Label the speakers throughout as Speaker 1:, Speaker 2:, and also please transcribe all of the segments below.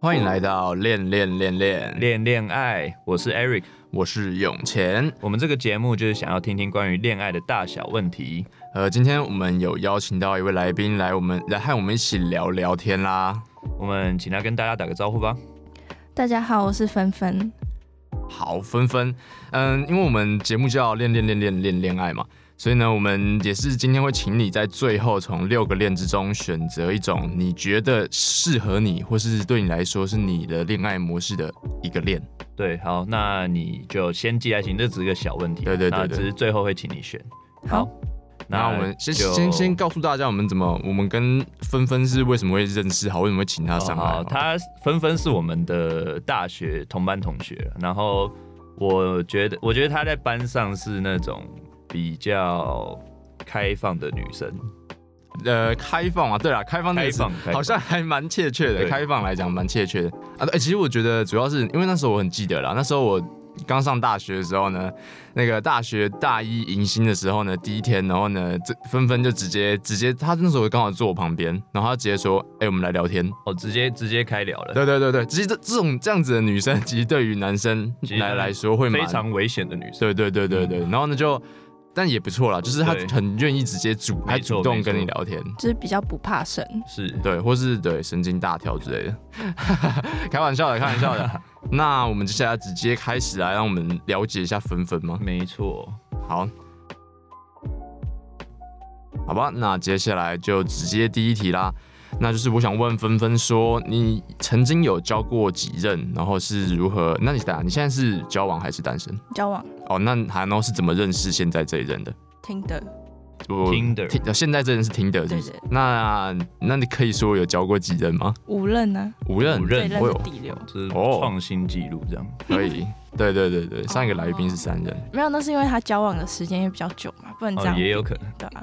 Speaker 1: 欢迎
Speaker 2: 哦
Speaker 1: 来到恋恋恋恋，
Speaker 2: 恋恋爱，我是 Eric。
Speaker 1: 我是永乾。
Speaker 2: 我们这个节目就是想要听听关于恋爱的大小问题。
Speaker 1: 呃，今天我们有邀请到一位来宾来，我们来和我们一起聊聊天啦。
Speaker 2: 我们请他跟大家打个招呼吧。
Speaker 3: 大家好，我是芬芬。
Speaker 1: 好，纷纷，嗯，因为我们节目叫恋恋恋恋恋恋爱嘛，所以呢，我们也是今天会请你在最后从六个恋之中选择一种你觉得适合你，或是对你来说是你的恋爱模式的一个恋。
Speaker 2: 对，好，那你就先记在心，这只是个小问题。
Speaker 1: 对对对
Speaker 2: 那
Speaker 1: 对
Speaker 2: 只是最后会请你选。
Speaker 3: 好，
Speaker 1: 那我们先
Speaker 2: 就
Speaker 1: 先先告诉大家，我们怎么，我们跟纷纷是为什么会认识，好，为什么会请他
Speaker 2: 哦
Speaker 1: 上来
Speaker 2: 好，
Speaker 1: 好？
Speaker 2: 他纷纷是我们的大学同班同学，然后我觉得，我觉得她在班上是那种比较开放的女生，
Speaker 1: 呃，开放啊，对啦，开放那
Speaker 2: 开
Speaker 1: 个词
Speaker 2: 放，开放
Speaker 1: 好像还蛮切确的，
Speaker 2: 对
Speaker 1: 开放来讲蛮切确的啊。对，其实我觉得主要是因为那时候我很记得啦，那时候我刚上大学的时候呢，那个大学大一迎新的时候呢，第一天，然后呢，这纷纷就直接直接，他那时候刚好坐我旁边，然后他直接说：“哎、我们来聊天。
Speaker 2: 哦，直接直接开聊”了，
Speaker 1: 对对对对，其实这这种这样子的女生，其实对于男生
Speaker 2: 其实
Speaker 1: 来来说会蛮
Speaker 2: 非常危险的女生。
Speaker 1: 对对对对对，然后呢就。但也不错啦，就是他
Speaker 2: 对
Speaker 1: 很愿意直接主，还
Speaker 2: 没错
Speaker 1: 主动跟
Speaker 2: 没
Speaker 1: 你
Speaker 2: 错
Speaker 1: 聊天。
Speaker 3: 就是比较不怕生，
Speaker 2: 是，
Speaker 1: 对，或是对神经大条之类的， 开玩笑的，开玩笑的。那我们接下来直接开始来，让我们了解一下纷纷吗？
Speaker 2: 没错。
Speaker 1: 好，好吧，那接下来就直接第一题啦。那就是我想问纷纷说，你曾经有交过几任，然后是如何？那你打，你现在是交往还是单身？
Speaker 3: 交往
Speaker 1: 哦，那韩后是怎么认识现在这一任的？
Speaker 3: 听的，
Speaker 1: 我
Speaker 2: Tinder
Speaker 1: 听呃现在这人是 Tinder，是不是
Speaker 3: 对对？
Speaker 1: 那那你可以说有交过几任吗？
Speaker 3: 五任呢、
Speaker 1: 五任，
Speaker 2: 五
Speaker 3: 啊，最
Speaker 2: 任
Speaker 3: 任
Speaker 1: 我
Speaker 3: 是
Speaker 1: 有
Speaker 3: 第六，
Speaker 2: 这是
Speaker 1: 哦
Speaker 2: 创新纪录，这样、
Speaker 1: 可以，对对对对，上一个来宾是三人，
Speaker 3: 没有，那是因为他交往的时间也比较久嘛，不能这样、
Speaker 2: 哦也有可能。
Speaker 3: 对啊，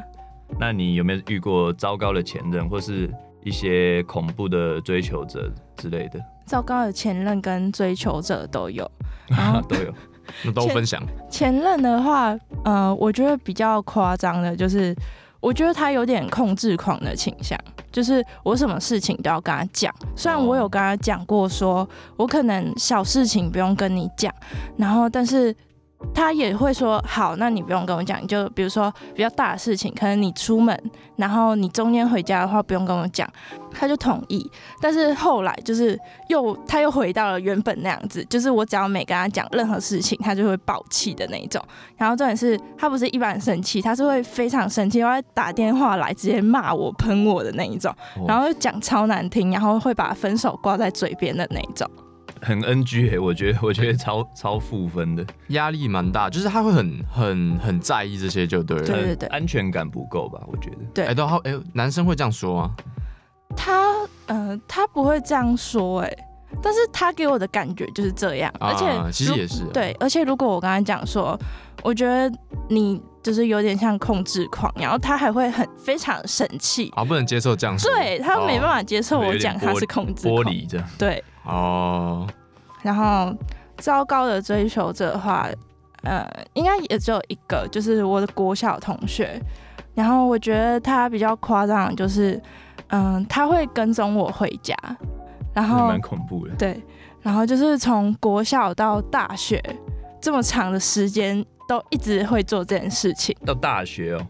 Speaker 2: 那你有没有遇过糟糕的前任，或是一些恐怖的追求者之类的？
Speaker 3: 糟糕的前任跟追求者都 有，然
Speaker 1: 嗯
Speaker 3: 后
Speaker 2: 啊 都有。
Speaker 1: 那都分享。
Speaker 3: 前任的话，呃，我觉得比较夸张的就是，我觉得他有点控制狂的倾向，就是我什么事情都要跟他讲。虽然我有跟他讲过说我可能小事情不用跟你讲，然后但是。他也会说好，那你不用跟我讲，你就比如说比较大的事情，可能你出门，然后你中间回家的话不用跟我讲，他就同意。但是后来就是又他又回到了原本那样子，就是我只要没跟他讲任何事情，他就会爆气的那一种。然后重点是他不是一般生气，他是会非常生气，他会打电话来直接骂我、喷我的那一种，
Speaker 2: 哦
Speaker 3: 然后讲超难听，然后会把分手挂在嘴边的那一种。
Speaker 2: 很 NG 哎、我觉得我觉得超超负分的，
Speaker 1: 压力蛮大，就是他会很很很在意这些，就对了。
Speaker 3: 对
Speaker 2: 很安全感不够吧？我觉得
Speaker 3: 对
Speaker 1: 哎，对，他哎，男生会这样说吗？
Speaker 3: 他呃，他不会这样说哎、但是他给我的感觉就是这样，而且
Speaker 1: 啊其实
Speaker 3: 如
Speaker 1: 也是，，
Speaker 3: 对，而且如果我跟他讲说，我觉得你就是有点像控制狂，然后他还会很非常生气，
Speaker 1: 啊，不能接受这样说。
Speaker 3: 对他没办法接受
Speaker 2: 哦有
Speaker 3: 我
Speaker 2: 点
Speaker 3: 讲他是控制
Speaker 2: 玻
Speaker 3: 狂，
Speaker 2: 璃这样，
Speaker 3: 对，
Speaker 1: 哦，
Speaker 3: 然后糟糕的追求者的话，呃，应该也只有一个，就是我的国小同学。然后我觉得他比较夸张，的就是，嗯、他会跟踪我回家，然
Speaker 1: 哦
Speaker 3: 后
Speaker 2: 蛮恐怖的。
Speaker 3: 对，然后就是从国小到大学这么长的时间，都一直会做这件事情。
Speaker 2: 到大学哦、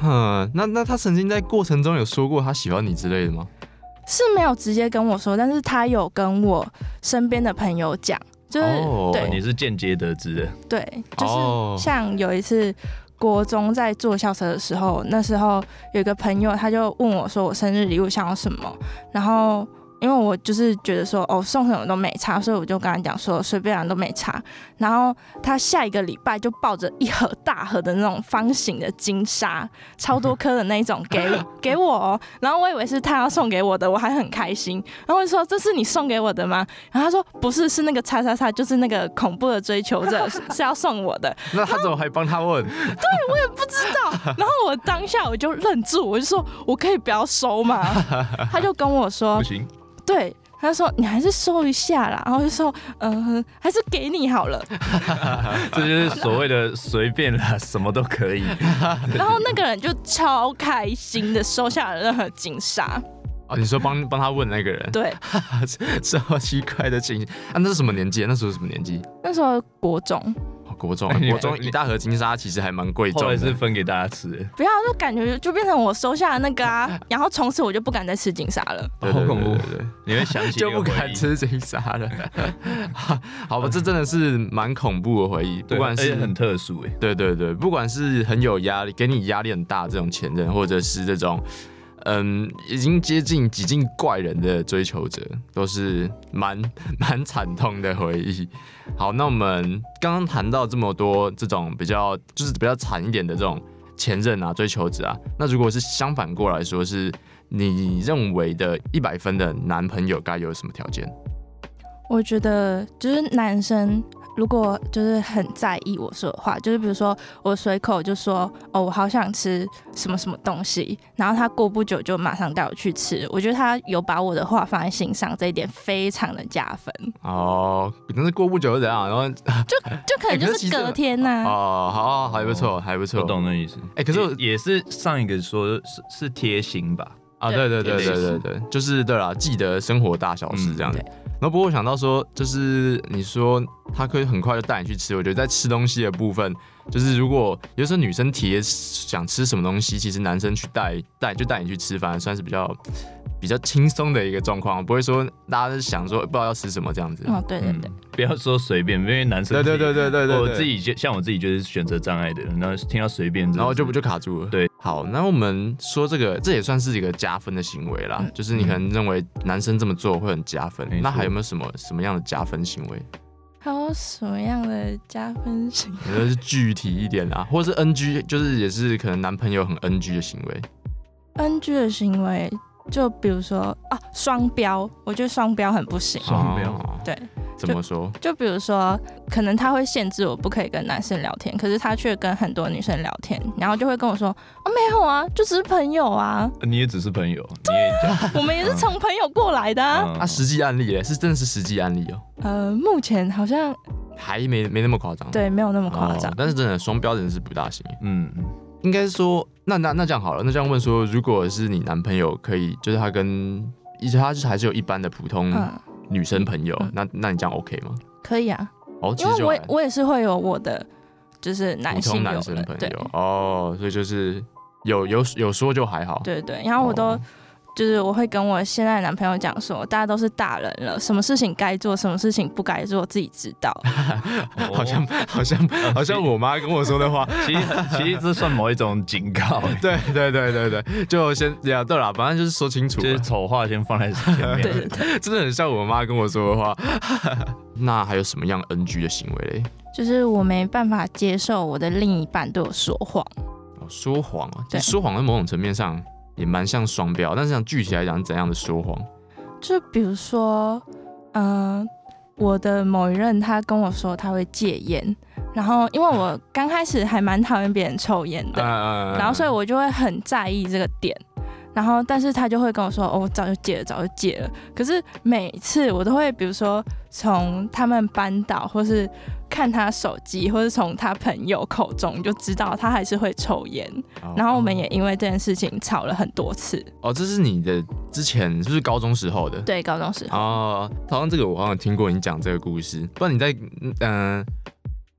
Speaker 1: 哼，那那他曾经在过程中有说过他喜欢你之类的吗？
Speaker 3: 是没有直接跟我说，但是他有跟我身边的朋友讲，就是、
Speaker 1: 哦
Speaker 3: 对
Speaker 2: 你是间接得知的，
Speaker 3: 对，
Speaker 1: 哦
Speaker 3: 就是像有一次国中在坐校车的时候，那时候有一个朋友他就问我说我生日礼物想要什么，然后。因为我就是觉得说，哦，送什么都没差，所以我就跟他讲说，随便讲都没差。然后他下一个礼拜就抱着一盒大盒的那种方形的金沙，超多颗的那一种给我给我、哦。然后我以为是他要送给我的，我还很开心。然后我就说：“这是你送给我的吗？”然后他说：“不是，是那个叉叉叉，就是那个恐怖的追求 者是是要送我的。”
Speaker 1: 那他怎么还帮他问？
Speaker 3: 然后我当下我就愣住，我就说：“我可以不要收 吗？”他就跟我说
Speaker 1: 哦
Speaker 2: 不行，：“
Speaker 3: 对。”他说：“你还是收一下啦。”然后我就说：“嗯、还是给你好 了。
Speaker 2: 这就是所谓的随便啦， 什么都可
Speaker 1: 哦
Speaker 2: 以。”
Speaker 3: 然后那个人就超开心的收下了任何金沙。
Speaker 1: 哦，你说帮帮他问那个人，
Speaker 3: 对，
Speaker 1: 超奇怪的情形啊！那是什么年纪啊？那时候什么年纪？
Speaker 3: 那时候国中，
Speaker 1: 哦国中，
Speaker 2: 哎你
Speaker 1: 国中一大盒金沙其实还蛮贵
Speaker 2: 后
Speaker 1: 重
Speaker 2: 来
Speaker 1: 的
Speaker 2: 是。分给大家吃的，
Speaker 3: 不要就感觉就变成我收下的那个 啊，然后从此我就不敢再吃金沙了。
Speaker 1: 对
Speaker 2: 好恐
Speaker 1: 对
Speaker 2: 怖，
Speaker 1: 对对对
Speaker 2: 你会想起
Speaker 1: 就
Speaker 2: 那
Speaker 1: 不
Speaker 2: 个回
Speaker 1: 敢
Speaker 2: 忆。
Speaker 1: 吃金沙了。 好吧，这真的是蛮恐怖的回忆，不
Speaker 2: 对
Speaker 1: 管
Speaker 2: 而
Speaker 1: 是
Speaker 2: 且很特殊哎、
Speaker 1: 对对对，不管是很有压力，给你压力很大这种前任，或者是这种嗯已经接近几近怪人的追求者，都是蛮 蛮惨痛的回忆。好，那我们刚刚谈到这么多这种比较就是比较惨一点的这种前任啊追求者啊，那如果是相反过来说是。你认为的一百分的男朋友该有什么条件？
Speaker 3: 我觉得就是男生如果就是很在意我说的话，就是比如说我随口就说哦，我好想吃什么什么东西，然后他过不久就马上带我去吃，我觉得他有把我的话放在心上，这一点非常的加分。
Speaker 1: 哦，但是过不久就怎样？然后
Speaker 3: 就可
Speaker 1: 欸
Speaker 3: 能
Speaker 1: 可是
Speaker 3: 就
Speaker 1: 其
Speaker 3: 是
Speaker 1: 实
Speaker 3: 隔天呐、
Speaker 1: 哦，好，还不错，还不错。
Speaker 2: 我懂那意思。
Speaker 1: 哎可是我
Speaker 2: 也也是上一个说是是贴心吧，
Speaker 1: 啊，对
Speaker 3: 对
Speaker 1: 对对
Speaker 2: 类
Speaker 1: 对对
Speaker 2: 似
Speaker 1: 对，就是对啦，记得生活大小事这样子。
Speaker 3: 嗯对
Speaker 1: 然后不过我想到说，就是你说他可以很快就带你去吃，我觉得在吃东西的部分，就是如果有时候女生提想吃什么东西，其实男生去带带就带你去吃，反而算是比较比较轻松的一个状况，不会说大家是想说不知道要吃什么这样子。
Speaker 3: 哦，对对对，
Speaker 2: 嗯不要说随便，因为男生
Speaker 1: 对嗯对对对对对，
Speaker 2: 我
Speaker 1: 对
Speaker 2: 自己就像我自己就是选择障碍的人，然后听到随便真的是，
Speaker 1: 然后就不就卡住了。
Speaker 2: 嗯对，
Speaker 1: 好，那我们说这个，这也算是一个加分的行为啦，
Speaker 3: 嗯
Speaker 1: 就是你可能认为男生这么做会很加分，
Speaker 2: 没错
Speaker 1: 那还有没有什么什么样的加分行为？
Speaker 3: 还有什么样的加分型？
Speaker 1: 我觉得是具体一点啦，或是 NG，就是也是可能男朋友很 NG 的行为。
Speaker 3: NG 的行为，就比如说啊，双标，我觉得双标很不行。
Speaker 2: 双标
Speaker 1: 哦
Speaker 3: 对，
Speaker 1: 怎么说？
Speaker 3: 就比如说，可能他会限制我不可以跟男生聊天，可是他却跟很多女生聊天，然后就会跟我说啊，没有啊，就只是朋友啊，
Speaker 2: 你也只是朋友，你 也
Speaker 3: 我们也是从朋友过来的、啊。
Speaker 1: 啊，实际案例耶，是真的是实际案例哦，
Speaker 3: 呃，目前好像
Speaker 1: 还没没那么夸张。
Speaker 3: 对没有那么
Speaker 1: 哦，
Speaker 3: 夸张。
Speaker 1: 但是真的双标人是不大行。
Speaker 2: 嗯，
Speaker 1: 啊应该说，那那那这样好了，那这样问说，如果是你男朋友可以，就是他跟，一他是还是有一般的普通
Speaker 3: 嗯，
Speaker 1: 女生朋友，
Speaker 3: 嗯
Speaker 1: 那那你这样 OK 吗？
Speaker 3: 可以啊，
Speaker 1: 哦，其
Speaker 3: 因
Speaker 1: 实
Speaker 3: 为
Speaker 1: 就
Speaker 3: 我
Speaker 1: 还
Speaker 3: 也我也是会有我的就是男
Speaker 1: 普
Speaker 3: 性
Speaker 1: 通
Speaker 3: 友
Speaker 1: 男生
Speaker 3: 人，
Speaker 1: 朋
Speaker 3: 对
Speaker 1: 友哦，所以就是有有有说就还好，
Speaker 3: 对对，然后我都、
Speaker 1: 哦
Speaker 3: 就是我会跟我现在的男朋友讲说，大家都是大人了，什么事情该做，什么事情不该做，自己知道。
Speaker 2: 哦
Speaker 1: 好像好像好像我妈跟我说 的话，
Speaker 2: 其实其实这算某一种 警告，
Speaker 1: 对对对对对，就先呀对了，反正就是说清楚
Speaker 2: 就
Speaker 1: 嘛，
Speaker 2: 是丑话先放在前
Speaker 3: 对
Speaker 2: 面。
Speaker 3: 对对，
Speaker 1: 真的很像我妈跟我说的话。 那还有什么样 NG 的行为嘞？
Speaker 3: 就是我没办法接受我的另一半对我说谎。
Speaker 1: 哦，说谎啊，其
Speaker 3: 对
Speaker 1: 实说谎在某种层面上也蛮像双标，但是想具体来讲，怎样的说谎？
Speaker 3: 就比如说，嗯、我的某一任他跟我说他会戒烟，然后因为我刚开始还蛮讨厌别人抽烟的，
Speaker 1: 嗯
Speaker 3: 然后所以我就会很在意这个点。然后，但是他就会跟我说：“哦，我早就戒了，早就戒了。”可是每次我都会，比如说从他们班导，或是看他手机，或是从他朋友口中就知道他还是会抽烟。
Speaker 1: 哦
Speaker 3: 然后我们也因为这件事情吵了很多次。
Speaker 1: 哦，这是你的之前是不是高中时候的？
Speaker 3: 对，高中时候，
Speaker 1: 哦，好像这个我好像有听过你讲这个故事，不然你在嗯、呃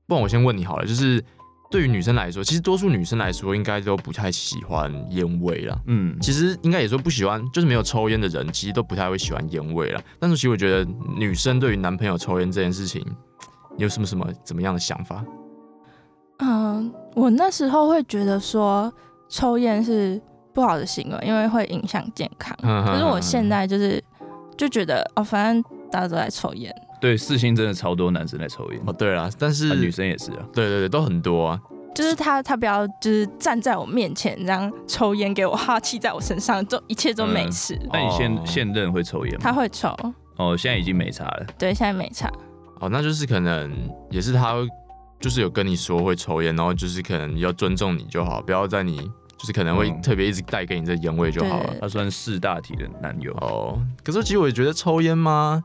Speaker 1: 不然我先问你好了，就是对于女生来说，其实多数女生来说应该都不太喜欢烟味啦。
Speaker 2: 嗯，
Speaker 1: 其实应该也说不喜欢，就是没有抽烟的人，其实都不太会喜欢烟味啦。但是其实我觉得女生对于男朋友抽烟这件事情，你有什么什么怎么样的想法？
Speaker 3: 嗯，我那时候会觉得说抽烟是不好的行为，因为会影响健康。可
Speaker 1: 可
Speaker 3: 是我现在就是就觉得哦，反正大家都在抽烟。
Speaker 2: 对，四星真的超多男生在抽烟，
Speaker 1: 哦，对了，但是、
Speaker 2: 啊女生也是啊。
Speaker 1: 对对对都很多啊，
Speaker 3: 就是他，他不要就是站在我面前这样抽烟给我哈气在我身上，就一切都没事。
Speaker 2: 那你
Speaker 1: 哦
Speaker 2: 现现任会抽烟
Speaker 3: 他
Speaker 2: 吗？
Speaker 3: 会抽，
Speaker 2: 哦，现在已经没差了。
Speaker 3: 对，现在没差。
Speaker 1: 哦，那就是可能也是他就是有跟你说会抽烟，然后就是可能要尊重你就好，不要在你就是可能会
Speaker 2: 嗯
Speaker 1: 特别一直带给你这烟味就好了。
Speaker 3: 对
Speaker 2: 他算是四大体的男友，
Speaker 1: 哦，可是其实我也觉得抽烟吗？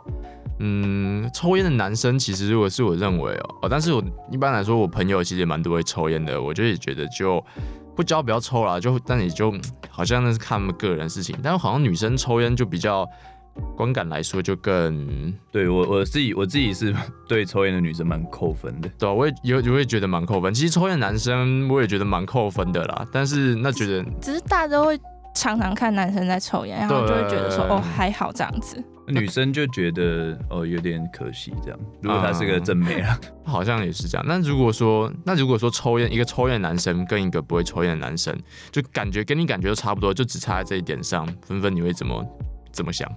Speaker 1: 嗯，抽烟的男生其实如果是我认为哦，哦但是我一般来说，我朋友其实也蛮多会抽烟的，我就也觉得就不交不要抽啦，就但也就嗯好像那是看他们个人的事情，但好像女生抽烟就比较观感来说就更
Speaker 2: 对我我自己我自己是 对抽烟的女生蛮扣分的。
Speaker 1: 对啊、我也有我也觉得蛮扣分。其实抽烟的男生我也觉得蛮扣分的啦，但是那觉得
Speaker 3: 只是大家都会常常看男生在抽烟，然后就会觉得说
Speaker 1: 对
Speaker 3: 哦还好这样子。
Speaker 2: 女生就觉得哦有点可惜这样。如果她是个正 妹啊，
Speaker 1: 好像也是这样。那如果说，那如果说抽烟，一个抽烟的男生跟一个不会抽烟的男生，就感觉跟你感觉都差不多，就只差在这一点上，纷纷你会怎么怎么想？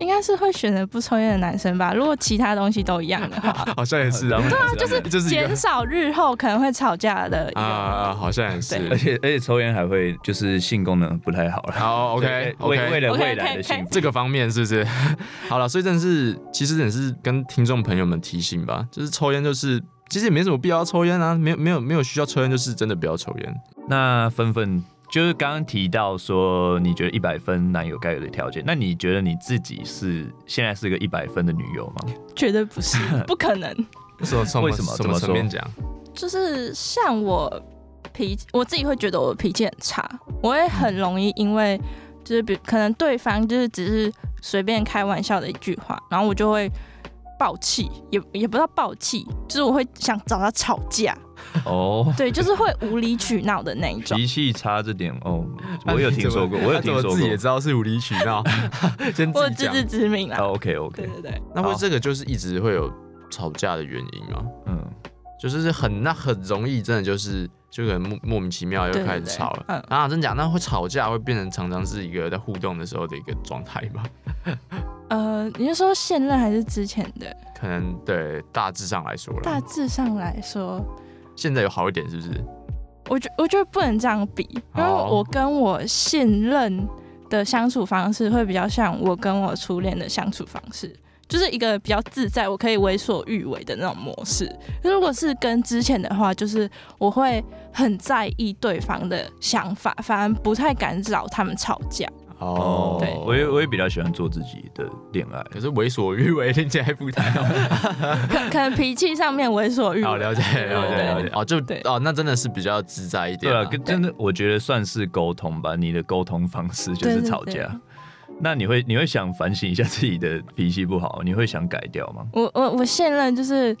Speaker 3: 应该是会选择不抽烟的男生吧？如果其他东西都一样的话，
Speaker 1: 好像也是，
Speaker 2: 当
Speaker 1: 啊
Speaker 2: 然对啊，
Speaker 1: 就是这是一个
Speaker 3: 减少日后可能会吵架的一
Speaker 1: 啊
Speaker 3: 个。
Speaker 1: 啊，好像也
Speaker 2: 而
Speaker 1: 是。
Speaker 2: 且而且抽烟还会就是性功能不太好了。
Speaker 1: 好
Speaker 2: 对
Speaker 1: ，OK
Speaker 2: 为为
Speaker 1: OK，
Speaker 2: 了
Speaker 3: OK，
Speaker 2: 未来的
Speaker 3: OK，OK
Speaker 2: 幸福，
Speaker 1: 这个方面是不是？ 好了，所以真的是，其实也是跟听众朋友们提醒吧，就是抽烟就是。其实也没什么必要抽烟啊，没有没有没有需要抽烟，就是真的不要抽烟。
Speaker 2: 那纷纷就是刚刚提到说，你觉得一百分男友该有的条件，那你觉得你自己是现在是个一百分的女友吗？
Speaker 3: 绝对不 是，不可能。
Speaker 1: 说什
Speaker 2: 为什么
Speaker 1: 什
Speaker 2: 怎么
Speaker 1: 么
Speaker 2: 说
Speaker 1: 层面讲？
Speaker 3: 就是像我脾，我自己会觉得我脾气很差，我会很容易因为就是比可能对方就是只是随便开玩笑的一句话，然后我就会爆气，也也不知道爆气，就是我会想找他吵架，
Speaker 2: 哦，
Speaker 3: 对，就是会无理取闹的那一种。
Speaker 2: 脾气差这点哦，我有 听说过，我有听说过
Speaker 1: 自己。也知道是无理取 闹，先
Speaker 3: 我有
Speaker 1: 自己
Speaker 3: 自
Speaker 1: 讲。
Speaker 3: 知之明啦，
Speaker 2: 哦，OK
Speaker 3: 对
Speaker 2: OK，
Speaker 3: 对对，
Speaker 1: 那会
Speaker 2: 好
Speaker 1: 这个就是一直会有吵架的原因嘛？
Speaker 2: 嗯，
Speaker 1: 就是很那很容易，真的就是就可能莫莫名其妙又
Speaker 3: 对
Speaker 1: 开始吵了。。
Speaker 3: 对对嗯，
Speaker 1: 啊，真假？那会吵架会变成常常是一个在互动的时候的一个状态吧？
Speaker 3: 呃，你是说现任还是之前的？
Speaker 1: 可能对大致上来说
Speaker 3: 大
Speaker 1: 了，
Speaker 3: 致上来说，
Speaker 1: 现在有好一点是不是？
Speaker 3: 我觉我觉得不能这样比，因为
Speaker 1: 哦
Speaker 3: 我跟我现任的相处方式会比较像我跟我初恋的相处方式，就是一个比较自在，我可以为所欲为的那种模式。如果是跟之前的话，就是我会很在意对方的想法，反而不太敢找他们吵架。
Speaker 1: 哦，
Speaker 3: 对
Speaker 2: 我也我也比较喜欢做自己的恋爱。
Speaker 1: 可是为所欲为听起来不太好。
Speaker 3: 可 可能脾气上面为所欲为。
Speaker 1: 好，了解了解
Speaker 3: 对
Speaker 1: 了解。哦，就
Speaker 3: 对
Speaker 1: 哦，那真的是比较自在一点
Speaker 2: 对
Speaker 1: 啊。
Speaker 2: 啊，跟真的，我觉得算是沟通吧。你的沟通方式就
Speaker 3: 对
Speaker 2: 是
Speaker 3: 对
Speaker 2: 吵
Speaker 3: 对
Speaker 2: 架。那你会你会想反省一下自己的脾气不好，你会想改掉吗？
Speaker 3: 我我我现任就是，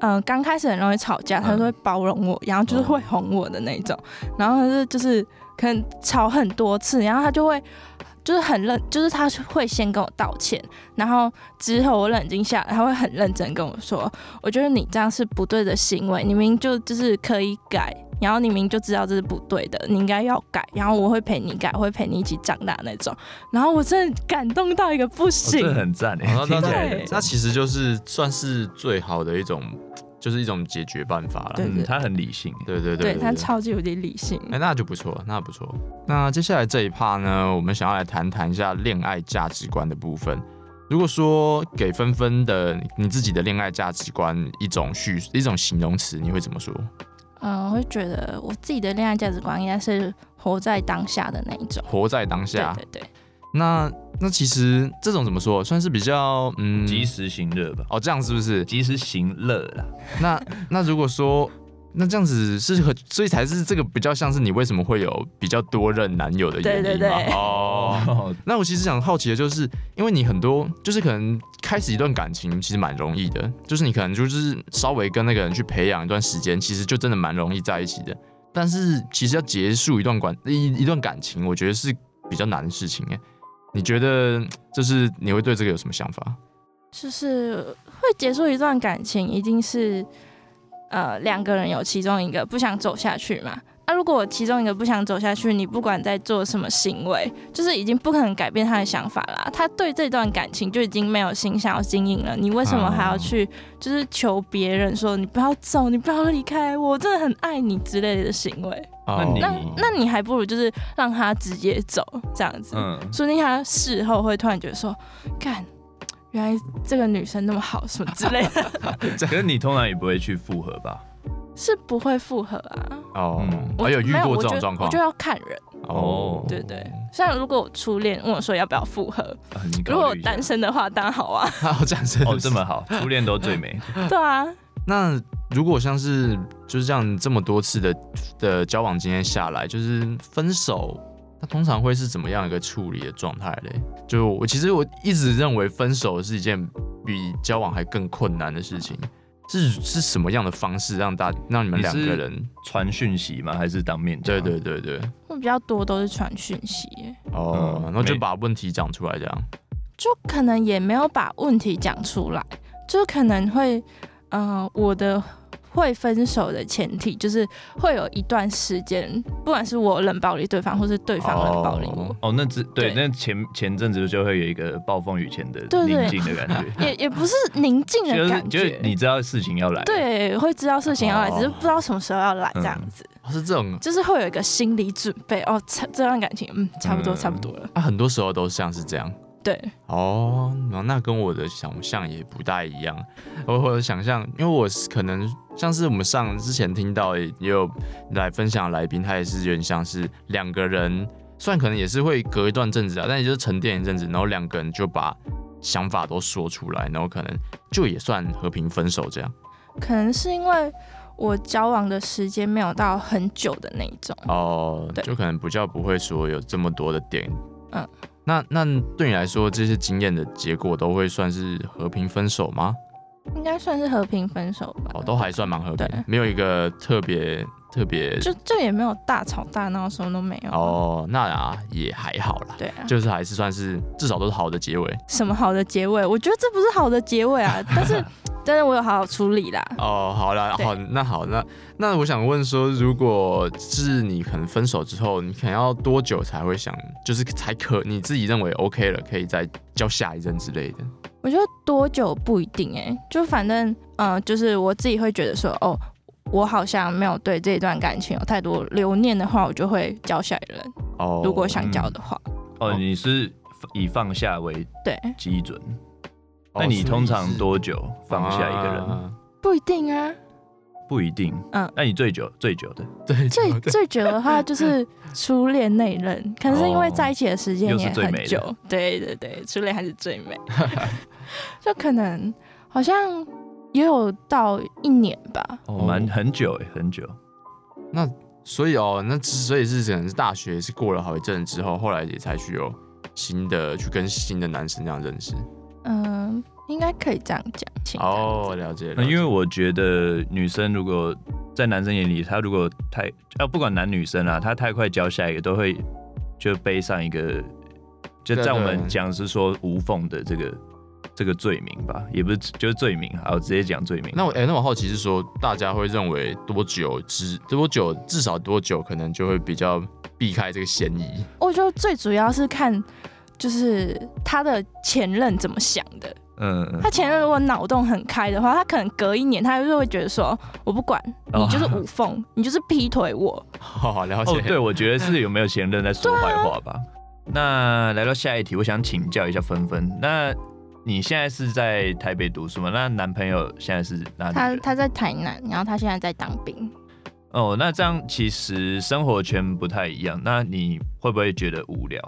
Speaker 3: 呃，刚开始很容易吵架，他
Speaker 2: 嗯
Speaker 3: 都会包容我，然后就是会哄我的那种，然后他是就是可能吵很多次，然后他就会。就是很认，就是他会先跟我道歉，然后之后我冷静下来，他会很认真跟我说，我觉得你这样是不对的行为，你明明就就是可以改，然后你明明就知道这是不对的，你应该要改，然后我会陪你改，我会陪你一起长大那种，然后我真的感动到一个不
Speaker 2: 哦、
Speaker 3: 行，
Speaker 2: 这很赞哎、
Speaker 1: 哦那
Speaker 2: 听起
Speaker 1: 那
Speaker 2: 来
Speaker 3: 对
Speaker 2: 很
Speaker 1: 那
Speaker 2: 赞。
Speaker 1: 其实就是算是最好的一种，就是一种解决办法了。
Speaker 3: 对
Speaker 2: 嗯，他很理性欸。
Speaker 1: 对对对
Speaker 3: 对
Speaker 1: 对
Speaker 3: 他
Speaker 1: 对
Speaker 3: 超级无敌理性。
Speaker 1: 哎、那就不错，那不错。那接下来这一趴呢，我们想要来谈谈一下恋爱价值观的部分。如果说给纷纷的你自己的恋爱价值观一种叙一种形容词，你会怎么说？
Speaker 3: 嗯，我会觉得我自己的恋爱价值观应该是活在当下的那一种。
Speaker 1: 活在当
Speaker 3: 对
Speaker 1: 下。
Speaker 3: 对对，
Speaker 1: 那那其实这种怎么说，算是比较嗯，
Speaker 2: 及时行乐吧，
Speaker 1: 哦这样是不是？
Speaker 2: 及时行乐啦。
Speaker 1: 那那如果说那这样子是很，所以才是这个比较像是你为什么会有比较多任男友的原因嘛？
Speaker 3: 对对对
Speaker 1: 哦。
Speaker 2: 哦，
Speaker 1: 那我其实想好奇的就是，因为你很多就是可能开始一段感情其实蛮容易的，就是你可能就是稍微跟那个人去培养一段时间，其实就真的蛮容易在一起的。但是其实要结束一段感一一段感情，我觉得是比较难的事情哎。你觉得就是你会对这个有什么想法？
Speaker 3: 就是会结束一段感情，一定是呃两个人有其中一个不想走下去嘛。那、如果其中一个不想走下去，你不管在做什么行为，就是已经不可能改变他的想法啦。他对这段感情就已经没有心想要经营了，你为什么还要去就是求别人说你不要走，你不要离开我，我真的很爱你之类的行为？
Speaker 2: 那你
Speaker 3: 那
Speaker 2: 嗯
Speaker 3: 那你还不如就是让他直接走这样子，
Speaker 2: 嗯，
Speaker 3: 说不定他事后会突然觉得说，干，原来这个女生那么好什么之类的。
Speaker 2: 可是你通常也不会去复合吧？
Speaker 3: 是不会复合啊。
Speaker 1: 哦，
Speaker 2: 嗯
Speaker 1: 我有遇
Speaker 3: 没
Speaker 1: 过
Speaker 3: 我
Speaker 1: 这
Speaker 3: 就
Speaker 1: 种状况
Speaker 3: 我就要看人，
Speaker 1: 哦，
Speaker 3: 对对。虽然如果我初恋问我说要不要复合，
Speaker 2: 啊你
Speaker 3: 如果
Speaker 2: 考
Speaker 3: 我
Speaker 2: 虑一下
Speaker 3: 单身的话，当然好啊。
Speaker 1: 好这样子
Speaker 2: 哦这么好，初恋都最美。
Speaker 3: 对啊，
Speaker 1: 那如果像是就是这样这么多次的的交往经验下来，就是分手，那通常会是怎么样一个处理的状态嘞？就我其实我一直认为分手是一件比交往还更困难的事情，是是什么样的方式让大让你们
Speaker 2: 你
Speaker 1: 两
Speaker 2: 是
Speaker 1: 个人？
Speaker 2: 传讯息吗？还是当面
Speaker 1: 对
Speaker 2: 讲？
Speaker 1: 对对对，
Speaker 3: 我比较多都是传讯息耶，
Speaker 1: 哦，
Speaker 2: 嗯
Speaker 1: 然后就
Speaker 2: 没
Speaker 1: 把问题讲出来这样。
Speaker 3: 就可能也没有把问题讲出来，就可能会，呃，我的会分手的前提就是会有一段时间，不管是我冷暴力对方，或是对方冷暴力我。
Speaker 1: 哦
Speaker 2: 哦，那只对，
Speaker 3: 对
Speaker 2: 那前前阵子就会有一个暴风雨前的
Speaker 3: 对
Speaker 2: 宁
Speaker 3: 对
Speaker 2: 静的感 觉，
Speaker 3: 也也不是宁静
Speaker 2: 就
Speaker 3: 的
Speaker 2: 是
Speaker 3: 感
Speaker 2: 哦就
Speaker 3: 觉，
Speaker 2: 是你知道事情要来，，
Speaker 3: 对，会知道事情要来，
Speaker 2: 哦
Speaker 3: 只是不知道什么时候要来，这样子，
Speaker 2: 嗯
Speaker 1: 哦是这种，
Speaker 3: 就是会有一个心理准备。哦，差这段感情，嗯，差不多，
Speaker 2: 嗯
Speaker 3: 差不多了。
Speaker 1: 啊，很多时候都像是这样。
Speaker 3: 对，
Speaker 1: 哦，那跟我的想象也不大一样。我我的想象，因为我是可能像是我们上之前听到也有来分享的来宾，他也是有点像是两个人，虽然可能也是会隔一段阵子啊，但也就是沉淀一阵子，然后两个人就把想法都说出来，然后可能就也算和平分手这样。
Speaker 3: 可能是因为我交往的时间没有到很久的那一种，
Speaker 1: 哦，
Speaker 3: 对
Speaker 1: 就可能比较不会说有这么多的点。
Speaker 3: 嗯，
Speaker 1: 那那对你来说，这些经验的结果都会算是和平分手吗？
Speaker 3: 应该算是和平分手吧。
Speaker 1: 哦，都还算蛮和平
Speaker 3: 嗯对，
Speaker 1: 没有一个特别特别
Speaker 3: 就就也没有大吵大闹，什么都没有。，
Speaker 1: 哦，那啊也还好啦，
Speaker 3: 对啊，
Speaker 1: 就是还是算是至少都是好的结尾
Speaker 3: 什么好的结尾？我觉得这不是好的结尾啊，但是但是我有好好处理啦。
Speaker 1: 哦。好啦，
Speaker 3: 对
Speaker 1: 好，那好，那那我想问说，如果是你可能分手之后，你可能要多久才会想，就是才可你自己认为 OK 了，可以再交下一任之类的？
Speaker 3: 我觉得多久不一定哎、就反正嗯、呃就是我自己会觉得说，哦，我好像没有对这一段感情有太多留念的话，我就会交下一任。
Speaker 1: 哦，嗯
Speaker 3: 如果想交的话，
Speaker 2: 哦，你是以放下为
Speaker 3: 对，
Speaker 2: 基准，
Speaker 1: 哦
Speaker 2: 那你通常
Speaker 1: 是
Speaker 2: 多久放下一个人？
Speaker 1: 啊
Speaker 3: 不一定啊。
Speaker 2: 不一定，
Speaker 3: 嗯
Speaker 2: 那你最久最久的
Speaker 1: 对，
Speaker 3: 最
Speaker 1: 对
Speaker 3: 最久的话就是初恋那一任，可能是因为在一起的时间
Speaker 2: 哦又是
Speaker 3: 也
Speaker 2: 最
Speaker 3: 很
Speaker 2: 美的
Speaker 3: 久。对对对，初恋还是最 美。就可能好像也有到一年吧。
Speaker 2: 哦，蛮很久哎，很久。
Speaker 1: 所以哦，那之所以是可能是大学是过了好一阵之后，后来也才去有新的去跟新的男生这样认识。
Speaker 3: 嗯，应该可以这样讲。
Speaker 1: 哦，了解。了解
Speaker 2: 那嗯因为我觉得女生如果在男生眼里，她如果太啊，不管男女生啦，她太快交下一个，都会就背上一个，就
Speaker 1: 对
Speaker 2: 在我们
Speaker 1: 对
Speaker 2: 讲是说无缝的这个这个罪名吧，也不是就是罪名，好，我直接讲罪名。
Speaker 1: 那我哎、那我好奇是说，大家会认为多久之多久至少多久，可能就会比较避开这个嫌疑
Speaker 3: 我觉得最主要是看，就是他的前任怎么想的。
Speaker 2: 嗯，嗯
Speaker 3: 他前任如果脑洞很开的话，他可能隔一年，他就会觉得说，我不管
Speaker 2: 哦
Speaker 3: 你就是无缝，你就是劈腿我。
Speaker 1: 哦，了解。
Speaker 2: 哦，对，我觉得是有没有前任在说坏 话吧。那来到下一题，我想请教一下芬芬，那你现在是在台北读书吗？那男朋友现在是哪里人？
Speaker 3: 他他在台南，然后他现在在当兵。
Speaker 2: 哦，那这样其实生活圈不太一样，那你会不会觉得无聊？